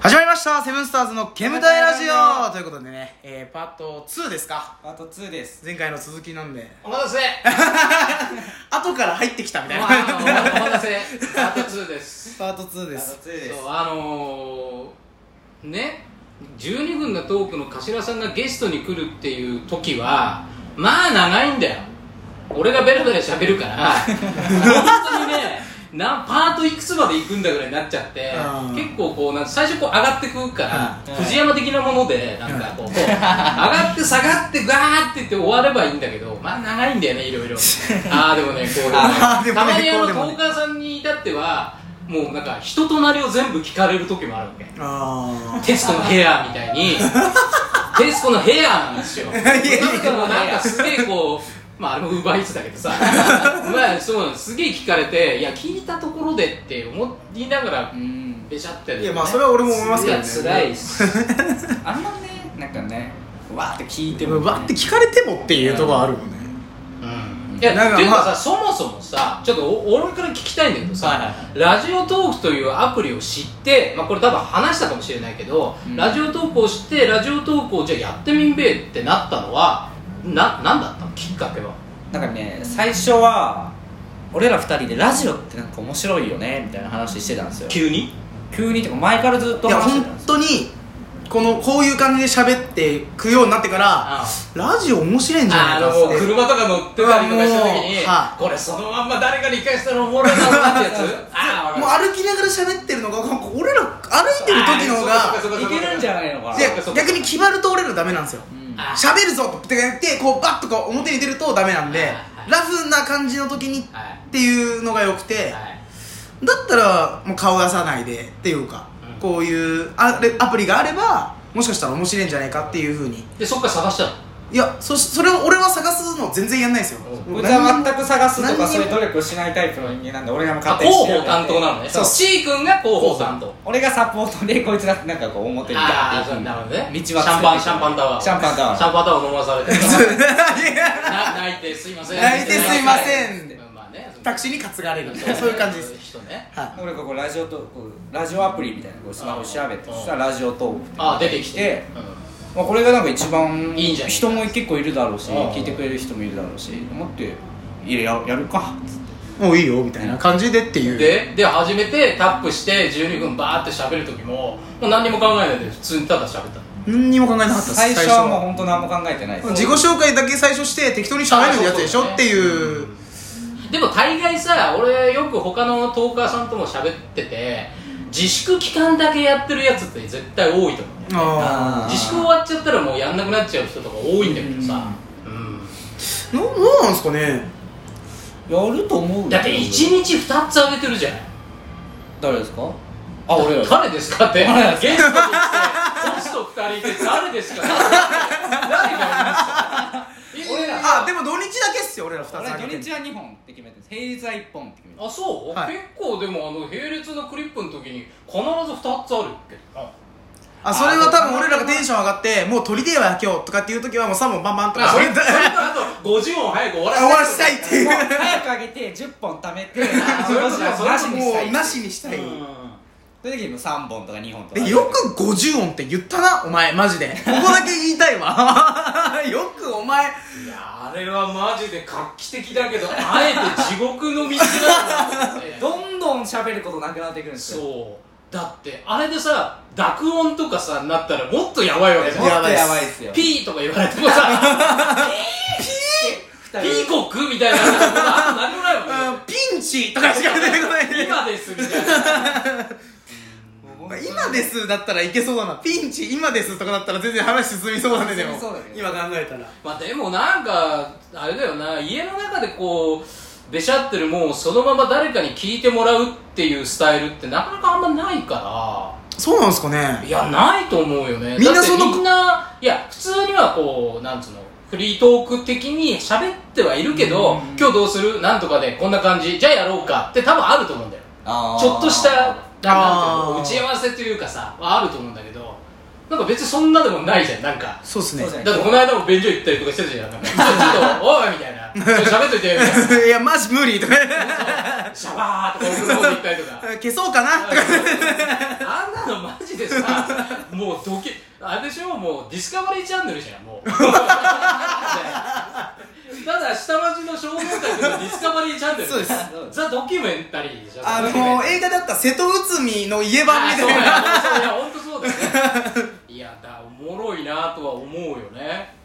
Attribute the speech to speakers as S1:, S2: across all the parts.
S1: 始まりましたセブンスターズの煙たいラジオということでね、えー、パート2ですか
S2: パート2です
S1: 前回の続きなんで
S2: お待た せ
S1: 後から入ってきたみたいな
S3: まあお待たせ パート2です
S1: パート2です
S2: パート2で
S3: そう
S2: す
S3: あのー、ね12分のトークの頭さんがゲストに来るっていう時はまあ長いんだよ俺がベラベラ喋るから 本当にねなパートいくつまで行くんだぐらいになっちゃって
S1: うん
S3: 結構こうなんか最初こう上がってくから
S2: うん
S3: 藤山的なものでなんかこうこう上がって下がってガーってって終わればいいんだけどまあ長いんだよねい ろいろああでもねこうでもね
S1: あーでも
S3: た
S1: ね
S3: まにあ
S1: こう
S3: の
S1: で
S3: ト
S1: もね
S3: ーカーさんに至ってはもうなんか人となりを全部聞かれる時もあるわけ
S1: あ
S3: テスコのヘアみたい にテスコのヘアなんですよ
S1: いやいや
S3: なんかもうなんかすげえこうまああれもウーバーイーツ だけどさまあそうなのすげえ聞かれていや聞いたところでって思いながら
S2: うん
S3: べちゃってる
S1: ー
S3: よ
S1: い
S3: ね
S1: やまあそれは俺も思いますけどね
S3: いや辛いっす
S2: あんまねなんかねわーって聞い
S1: で
S2: ても、
S1: も
S2: ね、
S1: バッて聞かれてもっていうところあるもんね
S3: うんいや
S1: なんか
S3: っていうか
S1: ま
S3: さそもそもさちょっとお俺から聞きたいんだけどさ、
S2: はいはいは
S3: ラジオトークというアプリを知って、まあ、これ多分話したかもしれないけど、
S2: うん
S3: ラジオトークを知ってラジオトークをじゃあやってみんべえってなったのはななんだったのきっかけは
S2: なんかね最初は俺ら二人でラジオってなんか面白いよねみたいな話してたんですよ
S3: 急に
S2: 急にとか前からずっと
S1: いや
S2: 話してたん
S1: 本
S2: ですよ
S1: 当にこのこういう感じで喋ってくようになってから
S3: あ
S1: ラジオ面白いんじゃな
S3: あ
S1: い
S3: の
S1: か
S3: もう
S1: って
S3: 車とか乗ってたりとかした時に、
S1: うわもうは
S3: これそのまんま誰かに理解したらおもろいな ってやつあ
S1: もう歩きながら喋ってるのがなんか俺ら歩いてる時の方
S3: あーそうかそう
S1: が
S3: か
S2: いけるんじゃないのかな
S1: で
S3: そうかそうか
S1: 逆に決まると俺らダメなんですよ
S2: うん
S3: あ
S1: 喋るぞって言ってこうバッとこう表に出るとダメなん
S3: は
S1: で
S3: いはい
S1: ラフな感じの時にっ
S3: はい
S1: ていうのが良くてだ
S3: はい
S1: ったらもう顔出さないでっていうか
S3: うん
S1: こういうあれアプリがあればもしかしたら面白いんじゃないかっていうふうに
S3: でそっから探したの
S1: いやそそれを俺は探すの全然やんないですよ
S3: う
S2: 僕は全く探すと
S1: 何にも
S2: かそういう努力をしないタイプの人間なんで俺がもう
S3: あ
S2: 勝手に
S3: 広
S2: してる
S3: 報担当なのね
S2: そう
S3: C 君が広報担当
S2: 俺がサポートでこいつがなんかこう表にガー
S3: あ
S2: っ
S3: あ
S2: て
S3: そうなるほどね
S2: 道は
S3: シャンパンシャンパンタワー
S2: シャンパンタワー
S3: シャンパンタワー飲まされ て
S1: いや
S3: な泣いてすいません
S1: 泣いてすいません
S3: うんまあね
S1: タクシーに担が れるそういう感じです
S3: 人ね
S1: は
S2: 俺がこうラジオとこうラジオアプリみたいなこうスマホ調べて
S3: あー
S2: そしたらラジオトークっていうの
S3: あ
S2: が
S3: あ出てきて
S2: まあ、これがなんか一番
S3: いいんじゃない
S2: 人も結構いるだろうし
S3: ああ
S2: 聞いてくれる人もいるだろうし思っていやややるかっつって
S1: いもういいよみたいな感じでって
S3: うん
S1: いう
S3: でで初めてタップして12分バーって喋る時ももう何にも考えないで普通にただ喋ったの
S1: 何にも考えなかったです
S2: 最初はもう本当何も考えてないです
S1: 自己紹介だけ最初して適当に喋るやつでしょっていう
S3: でも大概さ俺よく他のトーカーさんとも喋ってて自粛期間だけやってるやつって絶対多いと思うんだよね
S1: あ
S2: あー
S3: 自粛終わっちゃったらもうやんなくなっちゃう人とか多いんだけどさ、うん
S1: あななんなんですかね
S2: やると思うよ
S3: だって1日2つあげてるじゃない
S2: 誰ですかあ俺ら
S3: 誰ですかって
S2: 誰です
S3: ゲストに来てホスト2人いて誰ですか誰がいるんですか
S2: 俺ら
S1: あでも土日だけっすよ俺ら2つ
S2: 俺
S1: あげて
S2: 土日は2本って決めてるんです平日は1本って決めてる
S3: あそう、
S1: はい
S3: 結構でもあの並列のクリップの時に必ず2つあるって
S1: あそれは多分俺らがテンション上がってもう取りてえわ今日とかっていう時はもう3本バンバンとか
S3: あそれ
S1: あ
S3: それとあと50音早く終わら せ
S1: 終わらせたいっていう
S2: もう早く上げて10本貯めて
S3: それは
S2: それはなしにした
S1: もう
S2: い
S1: なしにしたい
S3: うん
S2: そういう時にも3本とか2本とか
S1: でよく50音って言ったなお前マジでここだけ言いたいわ よくお前
S3: いやあれはマジで画期的だけどあえて地獄の道なんだ
S2: どんどん喋ることなくなってくるんですよ
S3: そうだってあれでさ濁音とかさなったらもっとやばいわけじゃん
S2: もっとやばいですよ
S3: ピーとか言われても さピーピーコックみたいなさあと何もない わ
S1: うんピンチとかしか出てこない
S3: け今ですみたいな
S1: まあ今ですだったらいけそうだなピンチ今ですとかだったら全然話進みそうだねでも
S2: 進みそうだけど
S1: 今考えたら
S3: まあでもなんかあれだよな家の中でこうべしゃってるもうそのまま誰かに聞いてもらうっていうスタイルってなかなかあんまないから
S1: そうなんですかね
S3: いやないと思うよね
S1: みんな
S3: だって
S1: その
S3: みんないや普通にはこうなんつうのフリートーク的に喋ってはいるけど、今日どうするなんとかでこんな感じじゃあやろうかって多分あると思うんだよ
S2: あー
S3: ちょっとしたなんていう
S1: あ
S3: の
S1: ー
S3: 打ち合わせというかさはあると思うんだけどなんか別にそんなでもないじゃんなんか
S1: そうっすね
S2: そうだね
S3: だってこの間も便所行ったりとかしてたじゃんなんかちょっとおいみたいなちょっと喋っといてみた い
S1: いやマジ無理とか
S3: なシャバーとか送る方行ったりとか
S1: 消そうかなとか
S3: あんなのマジでさもうドキあれでしょもうディスカバリーチャンネルじゃん もうねただ下町の少年たちのディスカバリーチャンネル
S1: そうです
S3: ザ・ドキュメンタリーじゃん
S1: あの映画だったら瀬戸内海の家番
S3: あ
S1: み
S3: そう
S1: たいな
S3: だよそうだよ本当そうだよねいやだおもろいなとは思うよね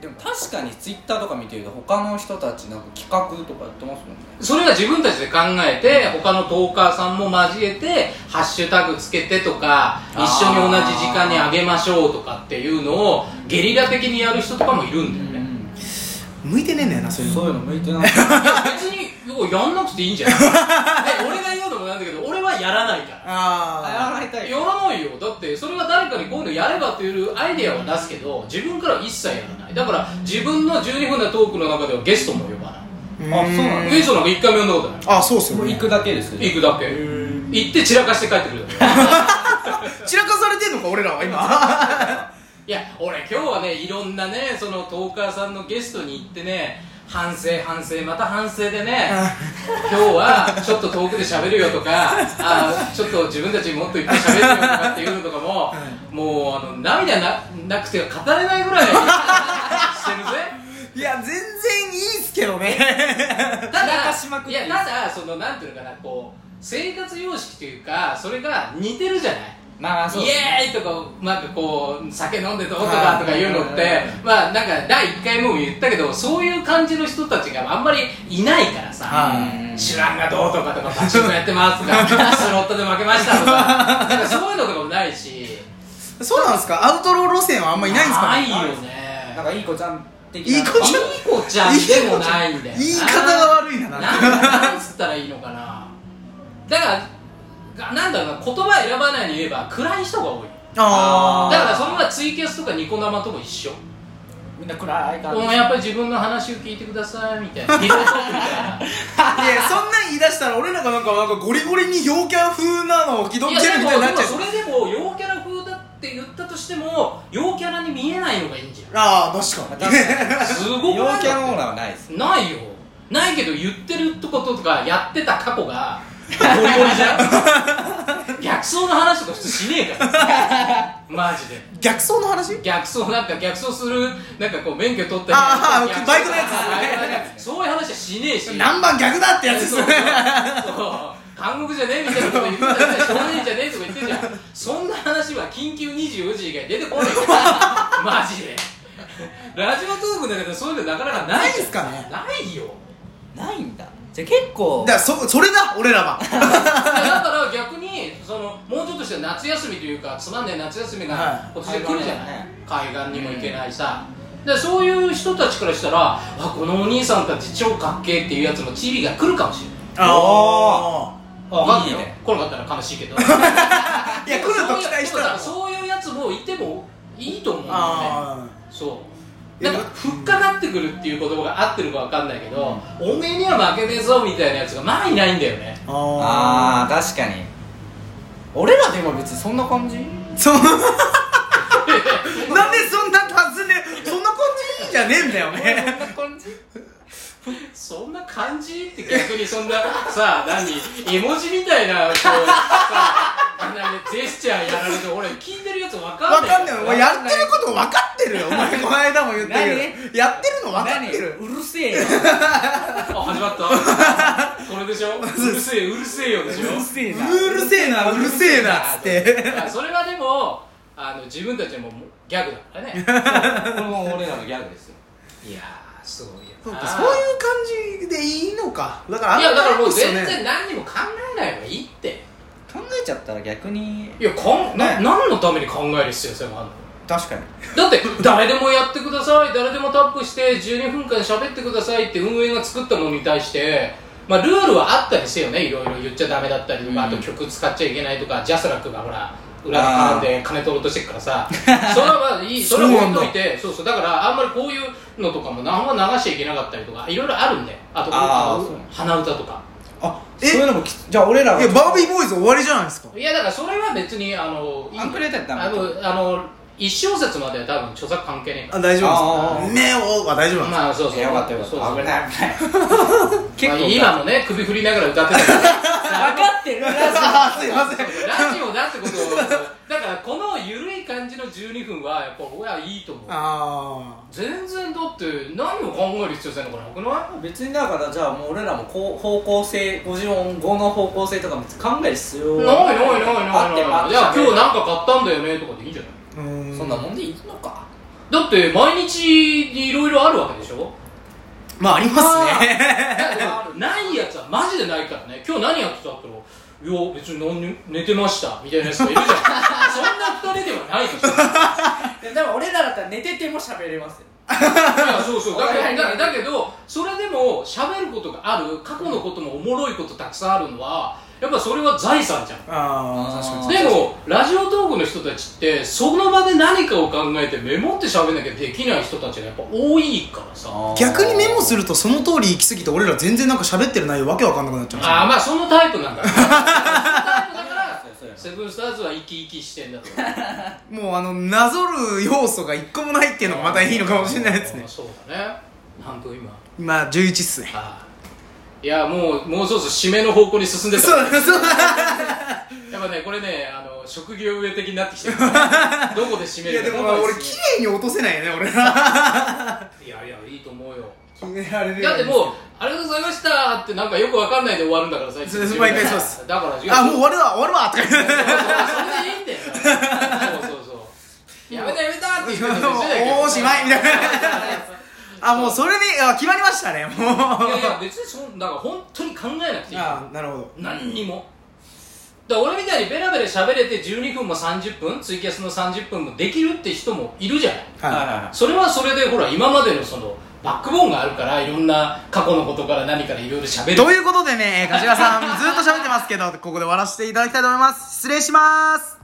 S2: でも確かにツイッターとか見てると他の人たちなんか企画とかやってますもんね
S3: それは自分たちで考えて他のトーカーさんも交えてハッシュタグつけてとか一緒に同じ時間にあげましょうとかっていうのをゲリラ的にやる人とかもいるんだよね、
S1: 向いてねえんだよなそういうの
S2: そういうの向いてない
S3: 別にようやんなくていいんじゃ ないえ俺が言うのもなんだけど俺はやらないから
S1: あ
S2: られた
S3: やらないよだってそれは誰かにこういうのやればというアイデアは出すけど自分からは一切やらないだから自分の12分のトークの中ではゲストも呼ばな
S1: ー
S2: あそうなん
S3: いゲストなんか一回も呼んだことない
S1: あそうっすよ
S2: これ
S1: ね
S2: 行くだけです
S3: 行くだけ行って散らかして帰ってくるだけ
S1: 散らかされてんのか俺らは今
S3: いや俺今日はねいろんなねそのトーカーさんのゲストに行ってね反省反省また反省でね今日はちょっと遠くで喋るよとかあーちょっと自分たちもっといっぱい喋るよとかっていうのとかも、もうあの涙ななくては語れないぐらいしてるぜ
S1: いや全然いいっすけどね
S3: た
S2: 散ら
S3: だ
S2: かしまくって
S3: いやただそのなんていうのかなこう生活様式というかそれが似てるじゃない
S2: まあそう
S3: イ
S2: ですね
S3: エーイとかなんかこう酒飲んでどうとかとか言うのっ
S2: はい
S3: てまあなんか第1回目も言ったけどそういう感じの人たちがあんまりいないからさ
S2: はい
S3: 知らんがどうとかとかパチンコやってますと かスロットで負けましたとかなんかそういうのとかもないし
S1: そうなんですかアウトロー路線はあんまいないんですか
S3: な
S1: ね
S3: いよね
S2: なんかいい子ちゃん的
S1: いい子ちゃん
S3: いい子ちゃんでもないんだよな
S1: 言い方が悪いななん
S3: なん
S1: か
S3: なんつったらいいのかなだからがなんだろうな言葉選ばないに言えば暗い人が多い
S1: あ
S3: だ
S1: ー
S3: からそれはツイキャスとかニコ生とも一緒
S2: みんな暗い感じ
S3: もうやっぱり自分の話を聞いてくださいみたいな リロートークみたいない
S1: やそんなん言い出したら俺らがなんかなんかゴリゴリに陽キャ風なのを気取
S3: い
S1: ってるみたいになっちゃ
S3: そうれでも陽キャラ風だって言ったとしても陽キャラに見えないのがいいんじ
S1: ああ確かに
S3: ゃんす
S2: 陽
S3: ごくない
S2: キャのオーラはないです
S3: ないよないけど言ってることとかやってた過去がゴリゴリ じゃん逆走の話とか普通しねえからマジで
S1: 逆走の話
S3: 逆走なんか逆走するなんかこう免許取ったり
S1: あー
S3: 逆走
S1: バイクのやつですね
S3: あーバイクのやつそういう話はしねえし
S1: 何番逆だってやつです
S3: そう
S1: よ
S3: そう
S1: ね
S3: 韓国じゃねえみたいなこと言ってたらしょうがねえじゃねえとか言ってんじゃんそんな話は緊急24時以外出てこないからマジでラジオトークだけどそういうのなかなかな
S1: ない
S3: い
S1: っすかね
S3: ないよ
S2: ないんだじゃあ結構
S1: だからそそれだ俺らは
S3: だから逆にそのもうちょっとしたら夏休みというかつまんねえ夏休み
S1: は
S3: が
S1: い
S3: 今年来るじゃない、海岸に
S2: ね
S3: も行けないさ、でそういう人たちからしたらあこのお兄さんたち超かっけえっていうやつのチビが来るかもしれない
S1: あ
S3: わかんな
S2: い
S3: い
S2: い
S3: よ
S2: ね
S3: 来なかったら悲しいけど
S1: あいや来ると期待したらう
S3: そういうやつもいてもいいと思うんだよね
S1: あ
S3: そうなんかふっかかってくるっていう言葉が合ってるかわかんないけど、おめえには負けねえぞみたいなやつがまあいないんだよね
S1: ーあ
S2: あー確かに俺らでも別にそんな感じ
S1: ーそうなんでそんな尋ねそんな感じいいんじゃねえんだよね
S2: 感じ
S3: そんな感じって逆にそんなさあ何絵文字みたいなこうさあんなねジェスチャーやられて俺聞いてるやつわか
S1: わ
S3: んない
S1: かんないお前やってること分かってるよお前この間も言ったけどやってるの分かってる
S2: うるせえよ
S3: あ始まったこれでしょうるせえうるせえよでしょ
S2: うるせえな
S1: うるせえなうるせえなっつって
S3: いやそれはでもあの自分たちもギャグだからね
S2: これも俺らのギャグですよ
S3: いやーすごいよ
S1: そう
S3: な
S1: かそういう感じでいいのかだからあん
S3: い
S1: ま
S3: やだからも
S1: な
S3: う
S1: いっすよ
S3: 全
S1: ね
S3: 然何にも考えない方がいいって
S2: 考えちゃったら逆に
S3: いやかん、な
S2: ね
S3: 何のために考える必要性もあるの
S2: 確かに
S3: だって誰でもやってください誰でもタップして12分間喋ってくださいって運営が作ったものに対してまあルールはあったりせよねいろいろ言っちゃダメだったりとか、
S2: う
S3: あ
S2: ん
S3: と曲使っちゃいけないとかジャスラックがほら裏で絡んで金取ろうとしてるからさそれはまあい いそれは置いといてそうそうだからあんまりこういうのとかもあんま流しちゃいけなかったりとかいろいろあるんであと
S2: あー
S3: あと鼻歌とか
S2: あ
S1: え
S2: そういうのもきじゃあ俺らはい
S1: やバービーボーイズ終わりじゃないですか
S3: いやだからそれは別にあのいい
S2: アンプレートやったら
S3: あのあの一小節までは多分著作関係ねえから
S1: あ大丈夫
S2: あ
S1: で
S2: ー
S1: すねおは大丈夫なんですか
S3: まあそうそう
S2: よかったよかっ
S3: そう
S2: た
S3: そう
S2: 危ない危ない
S3: まあ今 もね首振りな がら歌ってたけど
S2: 分かってるラジ
S1: あーすいません
S3: ラジオだってことをだから12分はやっぱ俺はいいと思う
S1: あ
S3: 全然だって何を考える必要性なんかなくな
S2: 別にだからじゃあもう俺らもこう方向性50音語の方向性とか別に考える必要
S3: い
S2: は
S3: ないないないないない
S2: あって
S3: いや
S2: あって
S3: 今日なんか買ったんだよねとかでいいんじゃない
S1: あうん
S2: そんなもんでいいのか
S3: だって毎日にいろいろあるわけでしょ
S1: まあありますね
S3: ないやつはマジでないからね今日何やってたって言ったらいや別に何寝てましたみたいなやつがいるじゃん そんな二人ではないでしょ
S2: でも俺らだったら寝てても喋れますよ
S3: いやそうそうだけ
S2: お互い
S3: ど
S2: に
S3: だだけどそれでも喋ることがある過去のこともおもろいことたくさんあるのはやっぱそれは財産じゃん
S1: あ
S2: 確かに
S3: でもラジオトークの人たちってその場で何かを考えてメモって喋んなきゃできない人たちがやっぱ多いからさあ
S1: 逆にメモするとその通り行き過ぎて俺ら全然なんか喋ってる内容わけわかんなくなっちゃうんですよ
S3: あーまあそのタイプなんだそのタイプだから
S2: そうやそ
S3: セ
S2: う
S3: ブンスターズは生き生きしてんだと思う
S1: もうあのなぞる要素が一個もないっていうのがまたいいのかもしれないですね
S3: あーそうだね何分今
S1: 今11っすね
S3: あーいやもうもうそろそろ締めの方向に進んでた
S1: そうそう
S3: やっぱねこれねあの職業上的になってきてるどこで締め
S1: い
S3: る
S1: やでもまあ 俺綺麗に落とせないよね俺
S3: いやいやいいと思うよ
S1: 決められる
S3: だってもう「ありがとうございました」ってなんかよくわかんないで終わるんだから最
S1: そう毎回そうです
S3: だからいや
S1: あもう終わるわ終わるわとか言って
S3: そうそうそれでいいん だよそうそうそうやめたやめたっ て言ってたら一緒だけど
S1: おーおしまいみ たいなあもうそれであ決まりましたねもう
S3: いやいや別にそんだから本当に考えなくて いい
S1: あなるほど
S3: 何にもだから俺みたいにベラベラ喋れて12分も30分ツイキャスの30分もできるって人もいるじゃない
S2: はいはい
S1: は
S2: はい
S3: それはそれでほら今までのそのバックボーンがあるからいろんな過去のことから何からいろいろ喋
S1: い
S3: る
S1: ということでね、えー柏さん、ずっと喋ってますけど、ここで終わらせていただきたいと思います。失礼します。